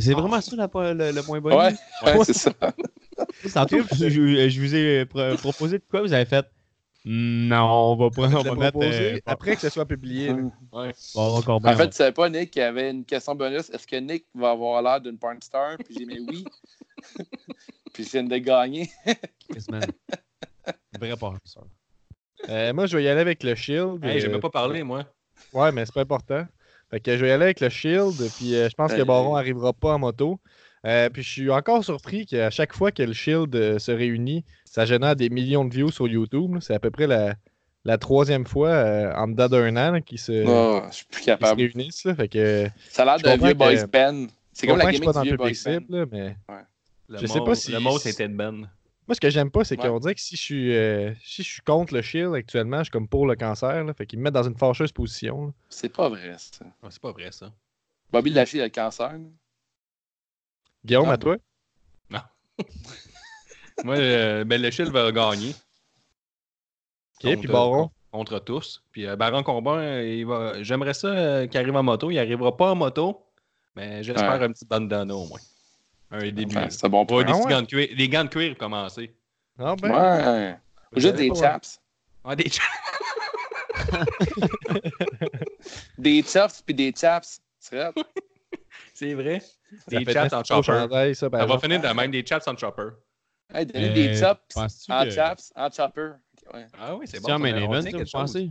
[SPEAKER 5] C'est vraiment ça la- le, le point bon.
[SPEAKER 6] Ouais, ouais, c'est ça.
[SPEAKER 5] Tantôt, je, je- je vous ai pro- proposé de quoi vous avez fait. Non, on va prendre. On
[SPEAKER 3] Je l'ai
[SPEAKER 5] va mettre.
[SPEAKER 3] proposé
[SPEAKER 5] euh,
[SPEAKER 3] après que ce soit publié. là.
[SPEAKER 5] Baron Corbin,
[SPEAKER 6] En fait,
[SPEAKER 5] ouais.
[SPEAKER 6] tu savais pas, Nick, il y avait une question bonus. Est-ce que Nick va avoir l'air d'une porn star? Puis j'ai mis oui. [laughs] Puis je viens de gagner.
[SPEAKER 5] Chris, man. Vrai pas ça.
[SPEAKER 3] Euh, moi, je vais y aller avec le Shield.
[SPEAKER 4] [laughs] Hey, j'ai
[SPEAKER 3] euh,
[SPEAKER 4] même pas parlé, moi.
[SPEAKER 3] Ouais, mais c'est pas important. Fait que je vais y aller avec le Shield, puis euh, je pense que
[SPEAKER 6] Ben,
[SPEAKER 3] Baron arrivera pas en moto. Euh, puis je suis encore surpris qu'à chaque fois que le Shield euh, se réunit, ça génère des millions de views sur YouTube. là. C'est à peu près la, la troisième fois euh, en dedans d'un an là, qu'ils se,
[SPEAKER 6] Oh, je suis
[SPEAKER 3] qu'ils
[SPEAKER 6] plus
[SPEAKER 3] se
[SPEAKER 6] capable.
[SPEAKER 3] réunissent. là. Fait que,
[SPEAKER 6] Ça a l'air
[SPEAKER 3] Euh, Je
[SPEAKER 6] d'un
[SPEAKER 3] comprends
[SPEAKER 6] vieux
[SPEAKER 3] que-
[SPEAKER 6] boys band. C'est comme
[SPEAKER 3] comprends
[SPEAKER 6] la
[SPEAKER 3] que je suis
[SPEAKER 6] gimmick
[SPEAKER 3] pas
[SPEAKER 6] du
[SPEAKER 3] dans
[SPEAKER 6] vieux
[SPEAKER 3] le
[SPEAKER 6] boys
[SPEAKER 3] public
[SPEAKER 6] band.
[SPEAKER 3] cible, là, mais
[SPEAKER 4] Le
[SPEAKER 3] Je sais
[SPEAKER 4] mot-
[SPEAKER 3] pas si-
[SPEAKER 4] Le mot, c'est Ted Ben.
[SPEAKER 3] moi, ce que j'aime pas, c'est
[SPEAKER 6] Ouais.
[SPEAKER 3] qu'on dirait que si je, suis, euh, si je suis contre le Shield actuellement, je suis comme pour le cancer. là. Fait qu'ils me mettent dans une fâcheuse position. là.
[SPEAKER 6] C'est pas vrai, ça.
[SPEAKER 4] Ah, c'est pas vrai, ça.
[SPEAKER 6] Bobby Lashley a le cancer. là.
[SPEAKER 3] Guillaume,
[SPEAKER 6] Ah.
[SPEAKER 3] à toi?
[SPEAKER 4] Moi, euh, ben, le Shield va gagner.
[SPEAKER 3] Ok, puis Baron.
[SPEAKER 4] Contre tous. Puis euh, Baron Corbin, euh, il va... j'aimerais ça euh, qu'il arrive en moto. Il arrivera pas en moto, mais j'espère
[SPEAKER 6] Ouais.
[SPEAKER 4] un petit bandana au moins. Un début.
[SPEAKER 6] Ouais, c'est un bon
[SPEAKER 4] On va avoir
[SPEAKER 6] point.
[SPEAKER 4] des
[SPEAKER 3] Ah
[SPEAKER 4] petits
[SPEAKER 3] ouais?
[SPEAKER 4] gants de cuir. Les gants de cuir pour commencer.
[SPEAKER 3] Ah ben,
[SPEAKER 6] Ouais. Ou juste des
[SPEAKER 3] Ouais.
[SPEAKER 6] chaps.
[SPEAKER 4] Ah, des
[SPEAKER 6] Des chaps puis des chaps. C'est vrai.
[SPEAKER 4] [laughs] C'est vrai.
[SPEAKER 3] ça
[SPEAKER 4] Des
[SPEAKER 3] fait neuf
[SPEAKER 4] chaps en
[SPEAKER 3] fois au
[SPEAKER 4] chopper.
[SPEAKER 3] chandail, ça, par
[SPEAKER 4] Ça va
[SPEAKER 3] exemple.
[SPEAKER 4] finir de même, des chaps en chopper.
[SPEAKER 6] Hey, donner
[SPEAKER 5] Euh,
[SPEAKER 6] des chops
[SPEAKER 5] penses-tu
[SPEAKER 6] en
[SPEAKER 5] que-
[SPEAKER 6] chaps, en chopper. Ok, ouais.
[SPEAKER 4] Ah oui, c'est
[SPEAKER 5] C'est
[SPEAKER 4] bon.
[SPEAKER 5] un main
[SPEAKER 4] on- on tient
[SPEAKER 5] event, ça,
[SPEAKER 4] quelque
[SPEAKER 5] vous
[SPEAKER 4] chose.
[SPEAKER 5] pensez?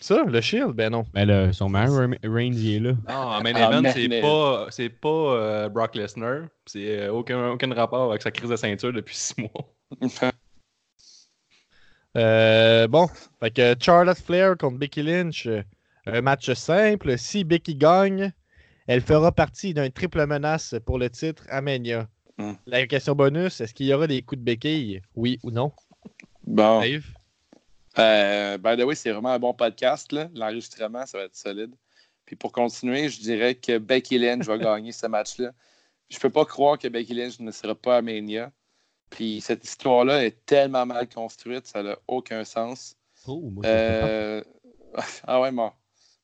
[SPEAKER 3] Ça, le Shield? Ben non.
[SPEAKER 5] Ben là, son mère, Reigns, il est là.
[SPEAKER 4] Non, en main
[SPEAKER 6] Ah,
[SPEAKER 4] event,
[SPEAKER 6] main
[SPEAKER 4] c'est
[SPEAKER 6] event.
[SPEAKER 4] pas, c'est pas euh, Brock Lesnar. C'est euh, aucun, aucun rapport avec sa crise de ceinture depuis six [laughs] mois.
[SPEAKER 3] Euh, bon, fait que Charlotte Flair contre Becky Lynch, euh, un match simple. Si Becky gagne, elle fera partie d'un triple menace pour le titre à Mania.
[SPEAKER 6] Hmm.
[SPEAKER 3] La question bonus, est-ce qu'il y aura des coups de béquille? Oui ou non?
[SPEAKER 6] Bon. [laughs]
[SPEAKER 3] Dave?
[SPEAKER 6] Euh, by the way, c'est vraiment un bon podcast. là. L'enregistrement, ça va être solide. Puis pour continuer, je dirais que Becky Lynch va [laughs] gagner ce match-là. Je peux pas croire que Becky Lynch ne sera pas à Mania. Puis cette histoire-là est tellement mal construite, ça n'a aucun sens.
[SPEAKER 5] Oh, moi,
[SPEAKER 6] Euh, [laughs] Ah ouais, bon.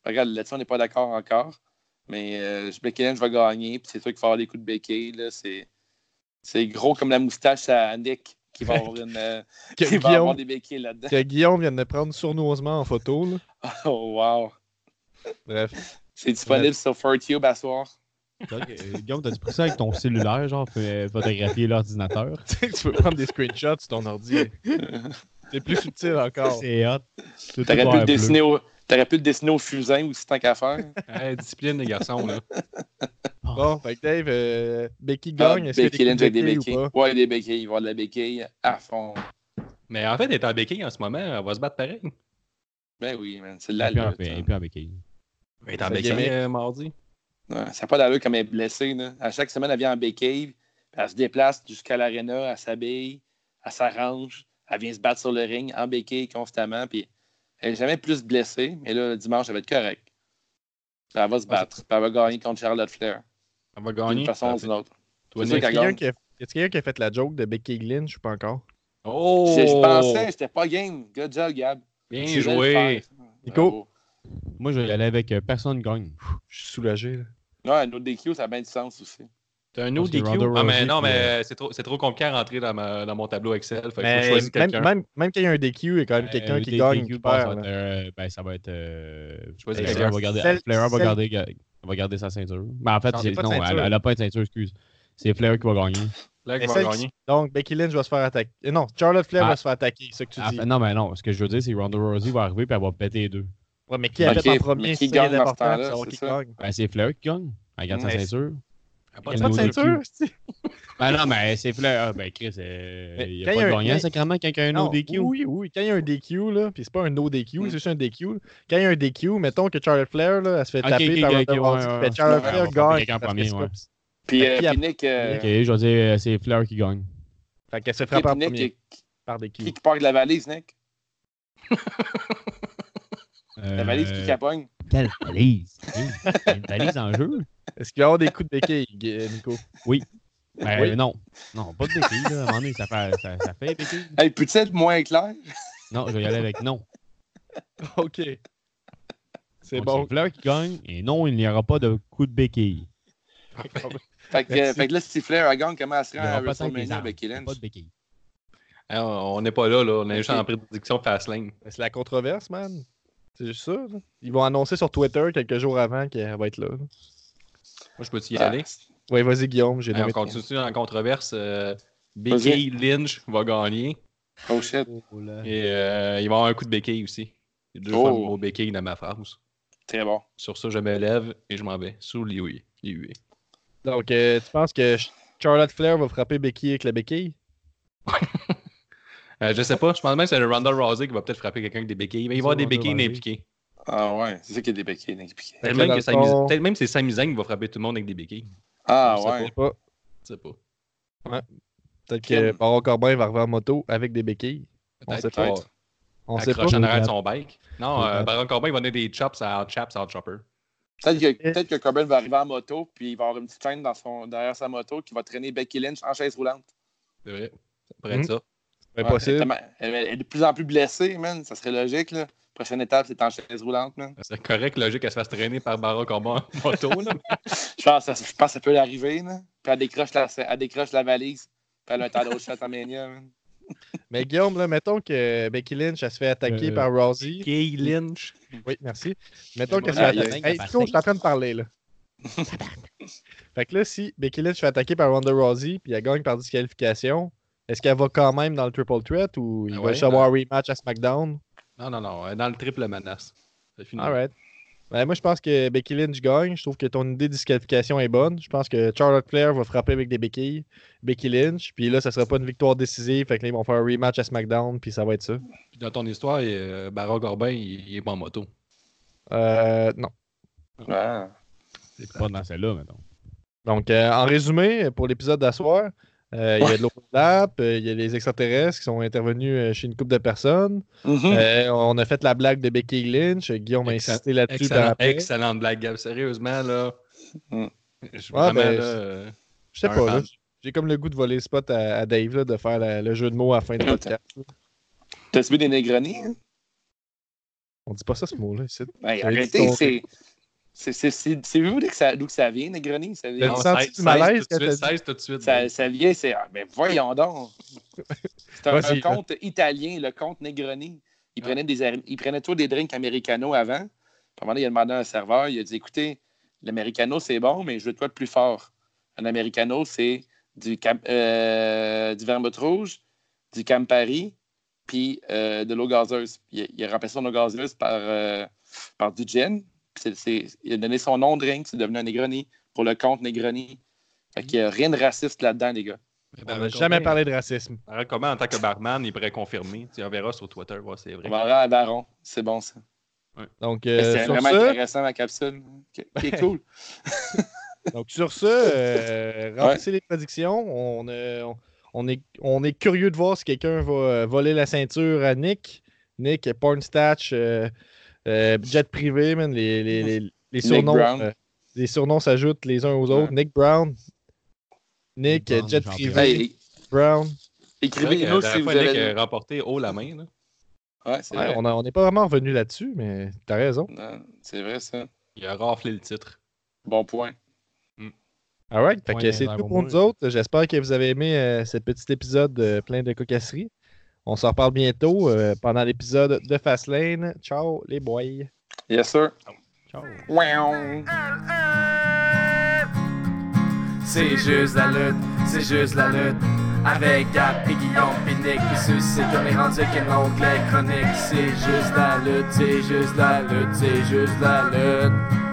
[SPEAKER 6] Regarde, là-dessus, on n'est pas d'accord encore. Mais euh, Becky Lynch va gagner. Puis c'est sûr qu'il va avoir des coups de béquille. là. C'est c'est gros comme la moustache à Nick qui va avoir, une, euh,
[SPEAKER 3] Que,
[SPEAKER 6] qui va avoir
[SPEAKER 3] Guillaume,
[SPEAKER 6] des béquilles là-dedans. [laughs]
[SPEAKER 3] que Guillaume vient de prendre sournoisement en photo. là.
[SPEAKER 6] Oh, wow.
[SPEAKER 3] Bref. [laughs]
[SPEAKER 6] C'est disponible sur FurTube à soir.
[SPEAKER 5] t'as- t'as- euh, Guillaume, t'as-tu pris ça avec ton cellulaire, genre, pour, euh,
[SPEAKER 6] [laughs]
[SPEAKER 5] photographier l'ordinateur?
[SPEAKER 3] tu sais, tu peux prendre des screenshots sur ton ordi. C'est plus subtil encore.
[SPEAKER 5] C'est hot. Tout est
[SPEAKER 6] T'aurais pu,
[SPEAKER 5] vert
[SPEAKER 6] le
[SPEAKER 5] bleu.
[SPEAKER 6] dessiner au... T'aurais pu le dessiner au fusain aussi tant
[SPEAKER 3] [laughs]
[SPEAKER 6] qu'à faire.
[SPEAKER 4] Hey, discipline, les garçons. Là.
[SPEAKER 3] Bon, fait que Dave, euh, Becky gagne,
[SPEAKER 6] Ah,
[SPEAKER 3] est-ce qu'il y a des coups de
[SPEAKER 6] avec des
[SPEAKER 3] béquille ou
[SPEAKER 6] béquilles.
[SPEAKER 3] pas?
[SPEAKER 6] Ouais, des béquilles. Il va y avoir de la béquille à fond.
[SPEAKER 4] Mais en fait, elle est en béquille en ce moment. Elle va se battre pareil.
[SPEAKER 6] Ben oui, man, c'est de
[SPEAKER 5] Il
[SPEAKER 6] la
[SPEAKER 5] est plus en-
[SPEAKER 6] lutte.
[SPEAKER 5] il est
[SPEAKER 6] hein.
[SPEAKER 5] plus en béquille.
[SPEAKER 4] Elle est en
[SPEAKER 3] Ça
[SPEAKER 4] béquille
[SPEAKER 3] gimmick.
[SPEAKER 4] euh, mardi.
[SPEAKER 6] hein. Ouais, ça n'a pas d'allure comme elle est blessée. Là. À chaque semaine, elle vient en béquille, puis elle se déplace jusqu'à l'aréna, elle s'habille, elle s'arrange, elle vient se battre sur le ring en béquille constamment, puis elle n'est jamais plus blessée, mais là, le dimanche, elle va être correcte. Puis Elle va se battre, puis elle va gagner contre Charlotte Flair,
[SPEAKER 4] Elle va
[SPEAKER 6] d'une
[SPEAKER 4] gagner.
[SPEAKER 6] façon ou
[SPEAKER 4] Parfait.
[SPEAKER 6] d'une autre.
[SPEAKER 4] Toi,
[SPEAKER 6] c'est
[SPEAKER 4] Nick.
[SPEAKER 6] ça qu'elle
[SPEAKER 3] Quelqu'un
[SPEAKER 6] gagne.
[SPEAKER 3] qui a... Est-ce qu'il y a quelqu'un qui a fait la joke de Becky Lynch ou pas encore?
[SPEAKER 4] Oh!
[SPEAKER 6] Je, je pensais, j'étais pas game. Good job, Gab.
[SPEAKER 4] Bien
[SPEAKER 6] Tu devais le
[SPEAKER 4] joué.
[SPEAKER 6] faire.
[SPEAKER 3] Nico.
[SPEAKER 5] Moi, je vais y aller avec euh, personne gagne.
[SPEAKER 3] Je suis soulagé. là.
[SPEAKER 6] Bravo. Ouais, notre DQ, ça a bien du sens aussi.
[SPEAKER 4] T'as un
[SPEAKER 5] Parce
[SPEAKER 4] autre
[SPEAKER 5] que
[SPEAKER 4] DQ.
[SPEAKER 5] Ronda
[SPEAKER 4] Ah, mais
[SPEAKER 5] Rousey,
[SPEAKER 4] non,
[SPEAKER 5] puis,
[SPEAKER 4] mais c'est trop, c'est trop compliqué à rentrer dans, ma- dans mon tableau Excel. Fait que
[SPEAKER 3] Mais
[SPEAKER 4] faut choisir
[SPEAKER 3] même,
[SPEAKER 4] quelqu'un.
[SPEAKER 3] même, même quand il y a un DQ, il y a quand même
[SPEAKER 5] Euh,
[SPEAKER 3] quelqu'un
[SPEAKER 5] le
[SPEAKER 3] qui
[SPEAKER 5] DQ,
[SPEAKER 3] gagne
[SPEAKER 5] je
[SPEAKER 3] qui
[SPEAKER 5] pense,
[SPEAKER 3] perd.
[SPEAKER 6] hein.
[SPEAKER 5] ça
[SPEAKER 3] là.
[SPEAKER 5] va être, euh, ben, ça va être. euh,
[SPEAKER 4] Choisis
[SPEAKER 5] Flair
[SPEAKER 4] quelqu'un.
[SPEAKER 5] va garder,
[SPEAKER 3] Celle-
[SPEAKER 5] Flair va
[SPEAKER 3] celle-
[SPEAKER 5] garder, va garder sa ceinture. Ben, en fait,
[SPEAKER 3] Non,
[SPEAKER 5] c'est-
[SPEAKER 3] c'est pas de
[SPEAKER 5] non, elle,
[SPEAKER 3] ceinture.
[SPEAKER 5] elle a pas de ceinture, excuse. C'est Flair qui va gagner.
[SPEAKER 4] Là,
[SPEAKER 3] Mais
[SPEAKER 4] qui va
[SPEAKER 3] celle
[SPEAKER 4] gagner.
[SPEAKER 3] qui- Donc, Becky Lynch va se faire attaquer. Eh Non, Charlotte Flair
[SPEAKER 5] Ah.
[SPEAKER 3] va se faire attaquer, c'est ce que tu
[SPEAKER 5] Ah,
[SPEAKER 3] dis.
[SPEAKER 5] non, mais non, ce que je veux dire, c'est que Ronda Rousey va arriver et elle va péter les deux.
[SPEAKER 3] Ouais, mais qui
[SPEAKER 6] Ok,
[SPEAKER 3] a fait en
[SPEAKER 6] mais
[SPEAKER 3] premier,
[SPEAKER 6] qui
[SPEAKER 3] c'est ça qui
[SPEAKER 6] gagne
[SPEAKER 3] est
[SPEAKER 6] dans ce
[SPEAKER 3] important,
[SPEAKER 6] temps-là,
[SPEAKER 3] de savoir
[SPEAKER 6] c'est
[SPEAKER 3] qui
[SPEAKER 6] ça.
[SPEAKER 3] gagne.
[SPEAKER 5] Ben, c'est Flair qui gagne. Elle garde sa
[SPEAKER 3] Mais-
[SPEAKER 5] ceinture.
[SPEAKER 4] Elle a
[SPEAKER 3] Il
[SPEAKER 4] pas
[SPEAKER 3] n'y
[SPEAKER 4] de
[SPEAKER 3] a pas de
[SPEAKER 5] Nous, le
[SPEAKER 3] ceinture, c'est-
[SPEAKER 5] Ben non, mais c'est Flair. Ah, Ben Chris, euh,
[SPEAKER 3] Mais
[SPEAKER 5] il n'y
[SPEAKER 3] quand
[SPEAKER 5] a
[SPEAKER 3] il y
[SPEAKER 5] pas
[SPEAKER 3] a
[SPEAKER 5] de
[SPEAKER 3] un-
[SPEAKER 5] gagnant,
[SPEAKER 3] mais-
[SPEAKER 5] c'est clairement quand il y a un
[SPEAKER 3] Non,
[SPEAKER 5] autre DQ.
[SPEAKER 3] Oui, oui. Quand il y a un DQ, là, puis c'est pas un no DQ,
[SPEAKER 6] Mm.
[SPEAKER 3] c'est juste un DQ. là. Quand il y a un DQ, mettons que Charlotte Flair, là, elle se fait
[SPEAKER 5] Ok,
[SPEAKER 3] taper
[SPEAKER 5] ok,
[SPEAKER 3] par
[SPEAKER 5] ok,
[SPEAKER 3] Ronda
[SPEAKER 5] ok, ouais,
[SPEAKER 3] Rousey,
[SPEAKER 5] ouais,
[SPEAKER 3] fait
[SPEAKER 5] ouais.
[SPEAKER 3] Charlotte
[SPEAKER 6] Ouais, on
[SPEAKER 3] Flair
[SPEAKER 5] va prendre
[SPEAKER 3] gagne.
[SPEAKER 5] quelqu'un en
[SPEAKER 3] parce que
[SPEAKER 5] premier,
[SPEAKER 3] c'est
[SPEAKER 5] ouais.
[SPEAKER 3] comme-
[SPEAKER 6] Puis,
[SPEAKER 3] Fait
[SPEAKER 6] euh,
[SPEAKER 3] qu'il y a-
[SPEAKER 6] puis Nick, euh,
[SPEAKER 5] Ok, je vais dire, euh, c'est Flair qui gagne.
[SPEAKER 3] Fait qu'elle se fait
[SPEAKER 6] Nick,
[SPEAKER 3] frapper en
[SPEAKER 6] Nick,
[SPEAKER 3] premier
[SPEAKER 6] qui-
[SPEAKER 3] par des
[SPEAKER 6] qui,
[SPEAKER 3] Q.
[SPEAKER 6] qui part de la valise, Nick?
[SPEAKER 5] Euh,
[SPEAKER 4] Euh,
[SPEAKER 6] La valise qui capogne.
[SPEAKER 5] Quelle valise? [laughs] Hey, il y a Une valise en jeu?
[SPEAKER 3] Est-ce qu'il va y avoir des coups de béquille, Gu- Nico?
[SPEAKER 5] Ben,
[SPEAKER 3] Oui.
[SPEAKER 5] Non, non, pas de béquille. Là. À un moment donné, ça fait, ça, ça fait béquille.
[SPEAKER 6] Hey, peut-être être moins clair?
[SPEAKER 5] Non, je vais y aller avec non.
[SPEAKER 3] OK. C'est
[SPEAKER 5] Donc,
[SPEAKER 3] bon.
[SPEAKER 5] C'est Flair qui gagne et non, il n'y aura pas de coup de béquille.
[SPEAKER 3] [laughs] Ben,
[SPEAKER 6] Fait que,
[SPEAKER 3] Merci.
[SPEAKER 6] euh, fait que là, si Flair elle gagne, comment elle se
[SPEAKER 5] Il
[SPEAKER 6] rend
[SPEAKER 5] n'y aura
[SPEAKER 6] à
[SPEAKER 5] pas tant que les
[SPEAKER 6] Ah, WrestleMania
[SPEAKER 5] armes.
[SPEAKER 6] avec Hélène?
[SPEAKER 5] Pas de béquille.
[SPEAKER 4] Hein, on on n'est pas là, là. On est juste
[SPEAKER 6] Ok.
[SPEAKER 4] en prédiction Fastlane.
[SPEAKER 3] C'est la controverse, man. C'est juste ça. là. Ils vont annoncer sur Twitter quelques jours avant qu'elle va être là. là.
[SPEAKER 4] Moi, je peux-tu y
[SPEAKER 6] Ah,
[SPEAKER 4] aller?
[SPEAKER 3] Ouais, vas-y, Guillaume, j'ai
[SPEAKER 4] Hey, Eh, on
[SPEAKER 3] nommé.
[SPEAKER 4] continue en controverse. euh,
[SPEAKER 6] Vas-y.
[SPEAKER 4] Becky Lynch va gagner.
[SPEAKER 6] Oh shit,
[SPEAKER 4] Et euh, il va y avoir un coup de béquille aussi. Il y a deux
[SPEAKER 6] Oh.
[SPEAKER 4] fois le mot béquille dans ma face.
[SPEAKER 6] très bon.
[SPEAKER 4] Sur ça, je me lève et je m'en vais. Sous les huées. Les huées.
[SPEAKER 3] Donc, euh, tu penses que Ch- Charlotte Flair va frapper Becky avec la béquille?
[SPEAKER 4] Euh, je sais pas, je pense même que c'est le Ronda Rousey qui va peut-être frapper quelqu'un avec des béquilles, mais il va y avoir des
[SPEAKER 5] Ronda
[SPEAKER 4] béquilles
[SPEAKER 5] Rousey.
[SPEAKER 4] impliquées.
[SPEAKER 6] Ah ouais, c'est ça qui est débéqué, Nick Piquet.
[SPEAKER 4] Peut-être
[SPEAKER 3] que
[SPEAKER 4] même,
[SPEAKER 3] dans
[SPEAKER 4] que
[SPEAKER 3] le
[SPEAKER 4] Sami-
[SPEAKER 3] fond-
[SPEAKER 4] peut-être même que c'est Sami Zayn qui va frapper tout le monde avec des béquilles.
[SPEAKER 6] Ah
[SPEAKER 4] Je sais
[SPEAKER 6] ouais.
[SPEAKER 3] Je sais pas.
[SPEAKER 4] Je sais pas.
[SPEAKER 3] Peut-être que
[SPEAKER 6] Kim.
[SPEAKER 3] Baron Corbin va revenir en moto avec des béquilles. On sait pas.
[SPEAKER 4] Peut-être.
[SPEAKER 3] On sait pas.
[SPEAKER 4] Accroché en arrière de son bike. Non,
[SPEAKER 5] Peut-être.
[SPEAKER 4] euh, Baron Corbin il va donner des chops en chaps en chopper.
[SPEAKER 6] Peut-être que, peut que Corbin va arriver en moto, puis il va avoir une petite chaîne dans son, derrière sa moto qui va traîner Becky Lynch en chaise roulante.
[SPEAKER 4] C'est vrai. Ça pourrait être
[SPEAKER 3] Mhm.
[SPEAKER 4] ça.
[SPEAKER 6] Ouais, [laughs]
[SPEAKER 3] Impossible.
[SPEAKER 6] tellement- elle, elle est de plus en plus blessée, man. Ça serait logique, là. Prochaine étape, c'est en chaise roulante, man.
[SPEAKER 4] C'est correct, logique qu'elle se fasse traîner par
[SPEAKER 3] [laughs]
[SPEAKER 4] Baron Corbin en moto. Là.
[SPEAKER 6] Je pense, que ça- je pense que ça peut l'arriver, là. Puis elle décroche la, elle décroche la valise, puis elle a un tas d'autres shots à Mania, man.
[SPEAKER 3] Mais Guillaume, là, mettons que Becky Lynch, elle se fait attaquer
[SPEAKER 5] Euh,
[SPEAKER 3] par Rousey.
[SPEAKER 4] Kay Lynch.
[SPEAKER 3] Oui, merci. Mettons qu'elle se fait
[SPEAKER 6] Aïe,
[SPEAKER 3] attaquer.
[SPEAKER 5] aïe.
[SPEAKER 3] Hey, Nico, je suis en train de parler, là. fait que là, si Becky Lynch se fait attaquer par Ronda Rousey, puis elle gagne par disqualification, est-ce qu'elle va quand même dans le triple threat ou il
[SPEAKER 4] Ah
[SPEAKER 3] va
[SPEAKER 4] ouais,
[SPEAKER 3] juste avoir un rematch à SmackDown?
[SPEAKER 4] Non, non, non. euh, Dans le triple menace. C'est fini.
[SPEAKER 3] Alright. Ben, moi, je pense que Becky Lynch gagne. Je trouve que ton idée de disqualification est bonne. Je pense que Charlotte Flair va frapper avec des béquilles. Becky Lynch. Puis là, ça sera pas une victoire décisive. Fait que là, ils vont faire un rematch à SmackDown. Puis ça va être ça.
[SPEAKER 4] Puis Dans ton histoire, euh, Baron Corbin, il, il est pas en moto.
[SPEAKER 3] Euh, non.
[SPEAKER 6] Ah.
[SPEAKER 5] C'est pas dans celle-là, mettons.
[SPEAKER 3] Donc, euh, en résumé, pour l'épisode d'asseoir, euh, il y a de l'overlap, euh, il y a les extraterrestres qui sont intervenus euh, chez une couple de personnes.
[SPEAKER 6] Mm.
[SPEAKER 3] Euh, on a fait la blague de Becky Lynch. euh, Guillaume a
[SPEAKER 4] Excellent-
[SPEAKER 3] insisté là-dessus par
[SPEAKER 4] Excellent,
[SPEAKER 3] après.
[SPEAKER 4] excellente blague, Gab. Sérieusement, là.
[SPEAKER 6] Mm.
[SPEAKER 4] Je suis
[SPEAKER 3] Ouais,
[SPEAKER 4] vraiment,
[SPEAKER 3] ben,
[SPEAKER 4] là, euh,
[SPEAKER 3] Je sais
[SPEAKER 4] un
[SPEAKER 3] pas,
[SPEAKER 4] fan.
[SPEAKER 3] là, j'ai comme le goût de voler le spot à, à Dave là, de faire la- le jeu de mots à la fin du podcast.
[SPEAKER 6] T'as subi des Negroni? Hein?
[SPEAKER 3] On dit pas ça ce mot-là, ici.
[SPEAKER 6] Hey,
[SPEAKER 3] T'as dit
[SPEAKER 6] arrêtez,
[SPEAKER 3] ton-
[SPEAKER 6] c'est. C'est c'est- c'est- c'est vous d'où que ça, d'où que ça vient, Negroni? Ça
[SPEAKER 3] T'as
[SPEAKER 6] vient,
[SPEAKER 3] dit
[SPEAKER 4] Non,
[SPEAKER 3] senti
[SPEAKER 4] 16,
[SPEAKER 3] du malaise
[SPEAKER 4] 16 euh, tout de
[SPEAKER 3] quand
[SPEAKER 4] suite,
[SPEAKER 3] t'as
[SPEAKER 4] 16 tout de suite.
[SPEAKER 6] ça, ça vient, c'est. Ah, ben voyons donc! C'est un,
[SPEAKER 3] Vas-y, Ah.
[SPEAKER 6] un conte italien, le conte Negroni. Il prenait, des, ar- il prenait tous des drinks americano avant. Puis à un moment donné, il a demandé à un serveur, il a dit écoutez, l'americano c'est bon, mais je veux de quoi de plus fort. Un americano, c'est du, cam- euh, du vermouth rouge, du Campari, puis euh, de l'eau gazeuse. Il, a- il a remplacé son eau gazeuse par, euh, par du gin. Puis c'est- c'est- il a donné son nom de drink, c'est devenu un Negroni pour le compte Negroni. Fait qu'il n'y a rien de raciste là-dedans, les gars.
[SPEAKER 3] On n'a
[SPEAKER 6] ben.
[SPEAKER 3] jamais parlé de racisme.
[SPEAKER 4] Barrett Coleman, en tant que barman, il pourrait confirmer. Tu sais, on verra sur Twitter, ouais, c'est vrai.
[SPEAKER 6] On va aller à Daron. C'est bon, ça.
[SPEAKER 3] Donc,
[SPEAKER 6] Mais
[SPEAKER 3] euh,
[SPEAKER 6] C'est
[SPEAKER 3] sur
[SPEAKER 6] vraiment
[SPEAKER 3] ce-
[SPEAKER 6] intéressant, ma capsule. Qui qui est cool.
[SPEAKER 3] Donc, sur ce, euh, remplissez les prédictions. On, euh, on- on est, on est curieux de voir si quelqu'un va euh, voler la ceinture à Nick. Nick, Pornstatch, euh, euh, Jet Privé, man, les, les- les- les surnoms.
[SPEAKER 6] Brown.
[SPEAKER 3] euh, les surnoms s'ajoutent les uns aux autres.
[SPEAKER 4] Ouais.
[SPEAKER 3] Nick Brown, Nick,
[SPEAKER 5] Nick Brown,
[SPEAKER 3] Jet
[SPEAKER 5] j'en
[SPEAKER 3] Privé,
[SPEAKER 6] [laughs]
[SPEAKER 5] perds.
[SPEAKER 6] Hey,
[SPEAKER 3] Brown. euh,
[SPEAKER 6] Écrivez-nous si vous
[SPEAKER 4] Nick
[SPEAKER 6] avez.
[SPEAKER 4] a remporté haut la main. Là.
[SPEAKER 6] Ouais, c'est
[SPEAKER 3] Ouais,
[SPEAKER 6] vrai.
[SPEAKER 3] on a- on n'est pas vraiment revenu là-dessus, mais t'as raison.
[SPEAKER 6] Non, C'est vrai, ça.
[SPEAKER 4] Il a raflé le titre.
[SPEAKER 6] Bon point.
[SPEAKER 3] All right, fait
[SPEAKER 5] Ouais,
[SPEAKER 3] que c'est
[SPEAKER 5] l'air
[SPEAKER 3] tout
[SPEAKER 5] au
[SPEAKER 3] pour
[SPEAKER 5] moins.
[SPEAKER 3] nous autres. J'espère que vous avez aimé euh, ce petit épisode euh, plein de cocasseries. On s'en reparle bientôt euh, pendant l'épisode de Fastlane. Ciao les boys!
[SPEAKER 6] Yes, sir.
[SPEAKER 5] Ciao.
[SPEAKER 6] Wow.
[SPEAKER 2] C'est juste la lutte, c'est juste la lutte. Avec Gap et Guillaume Pinique qui suscite on est rendu qu'un oncle chronique. C'est juste la lutte, c'est juste la lutte, c'est juste la lutte.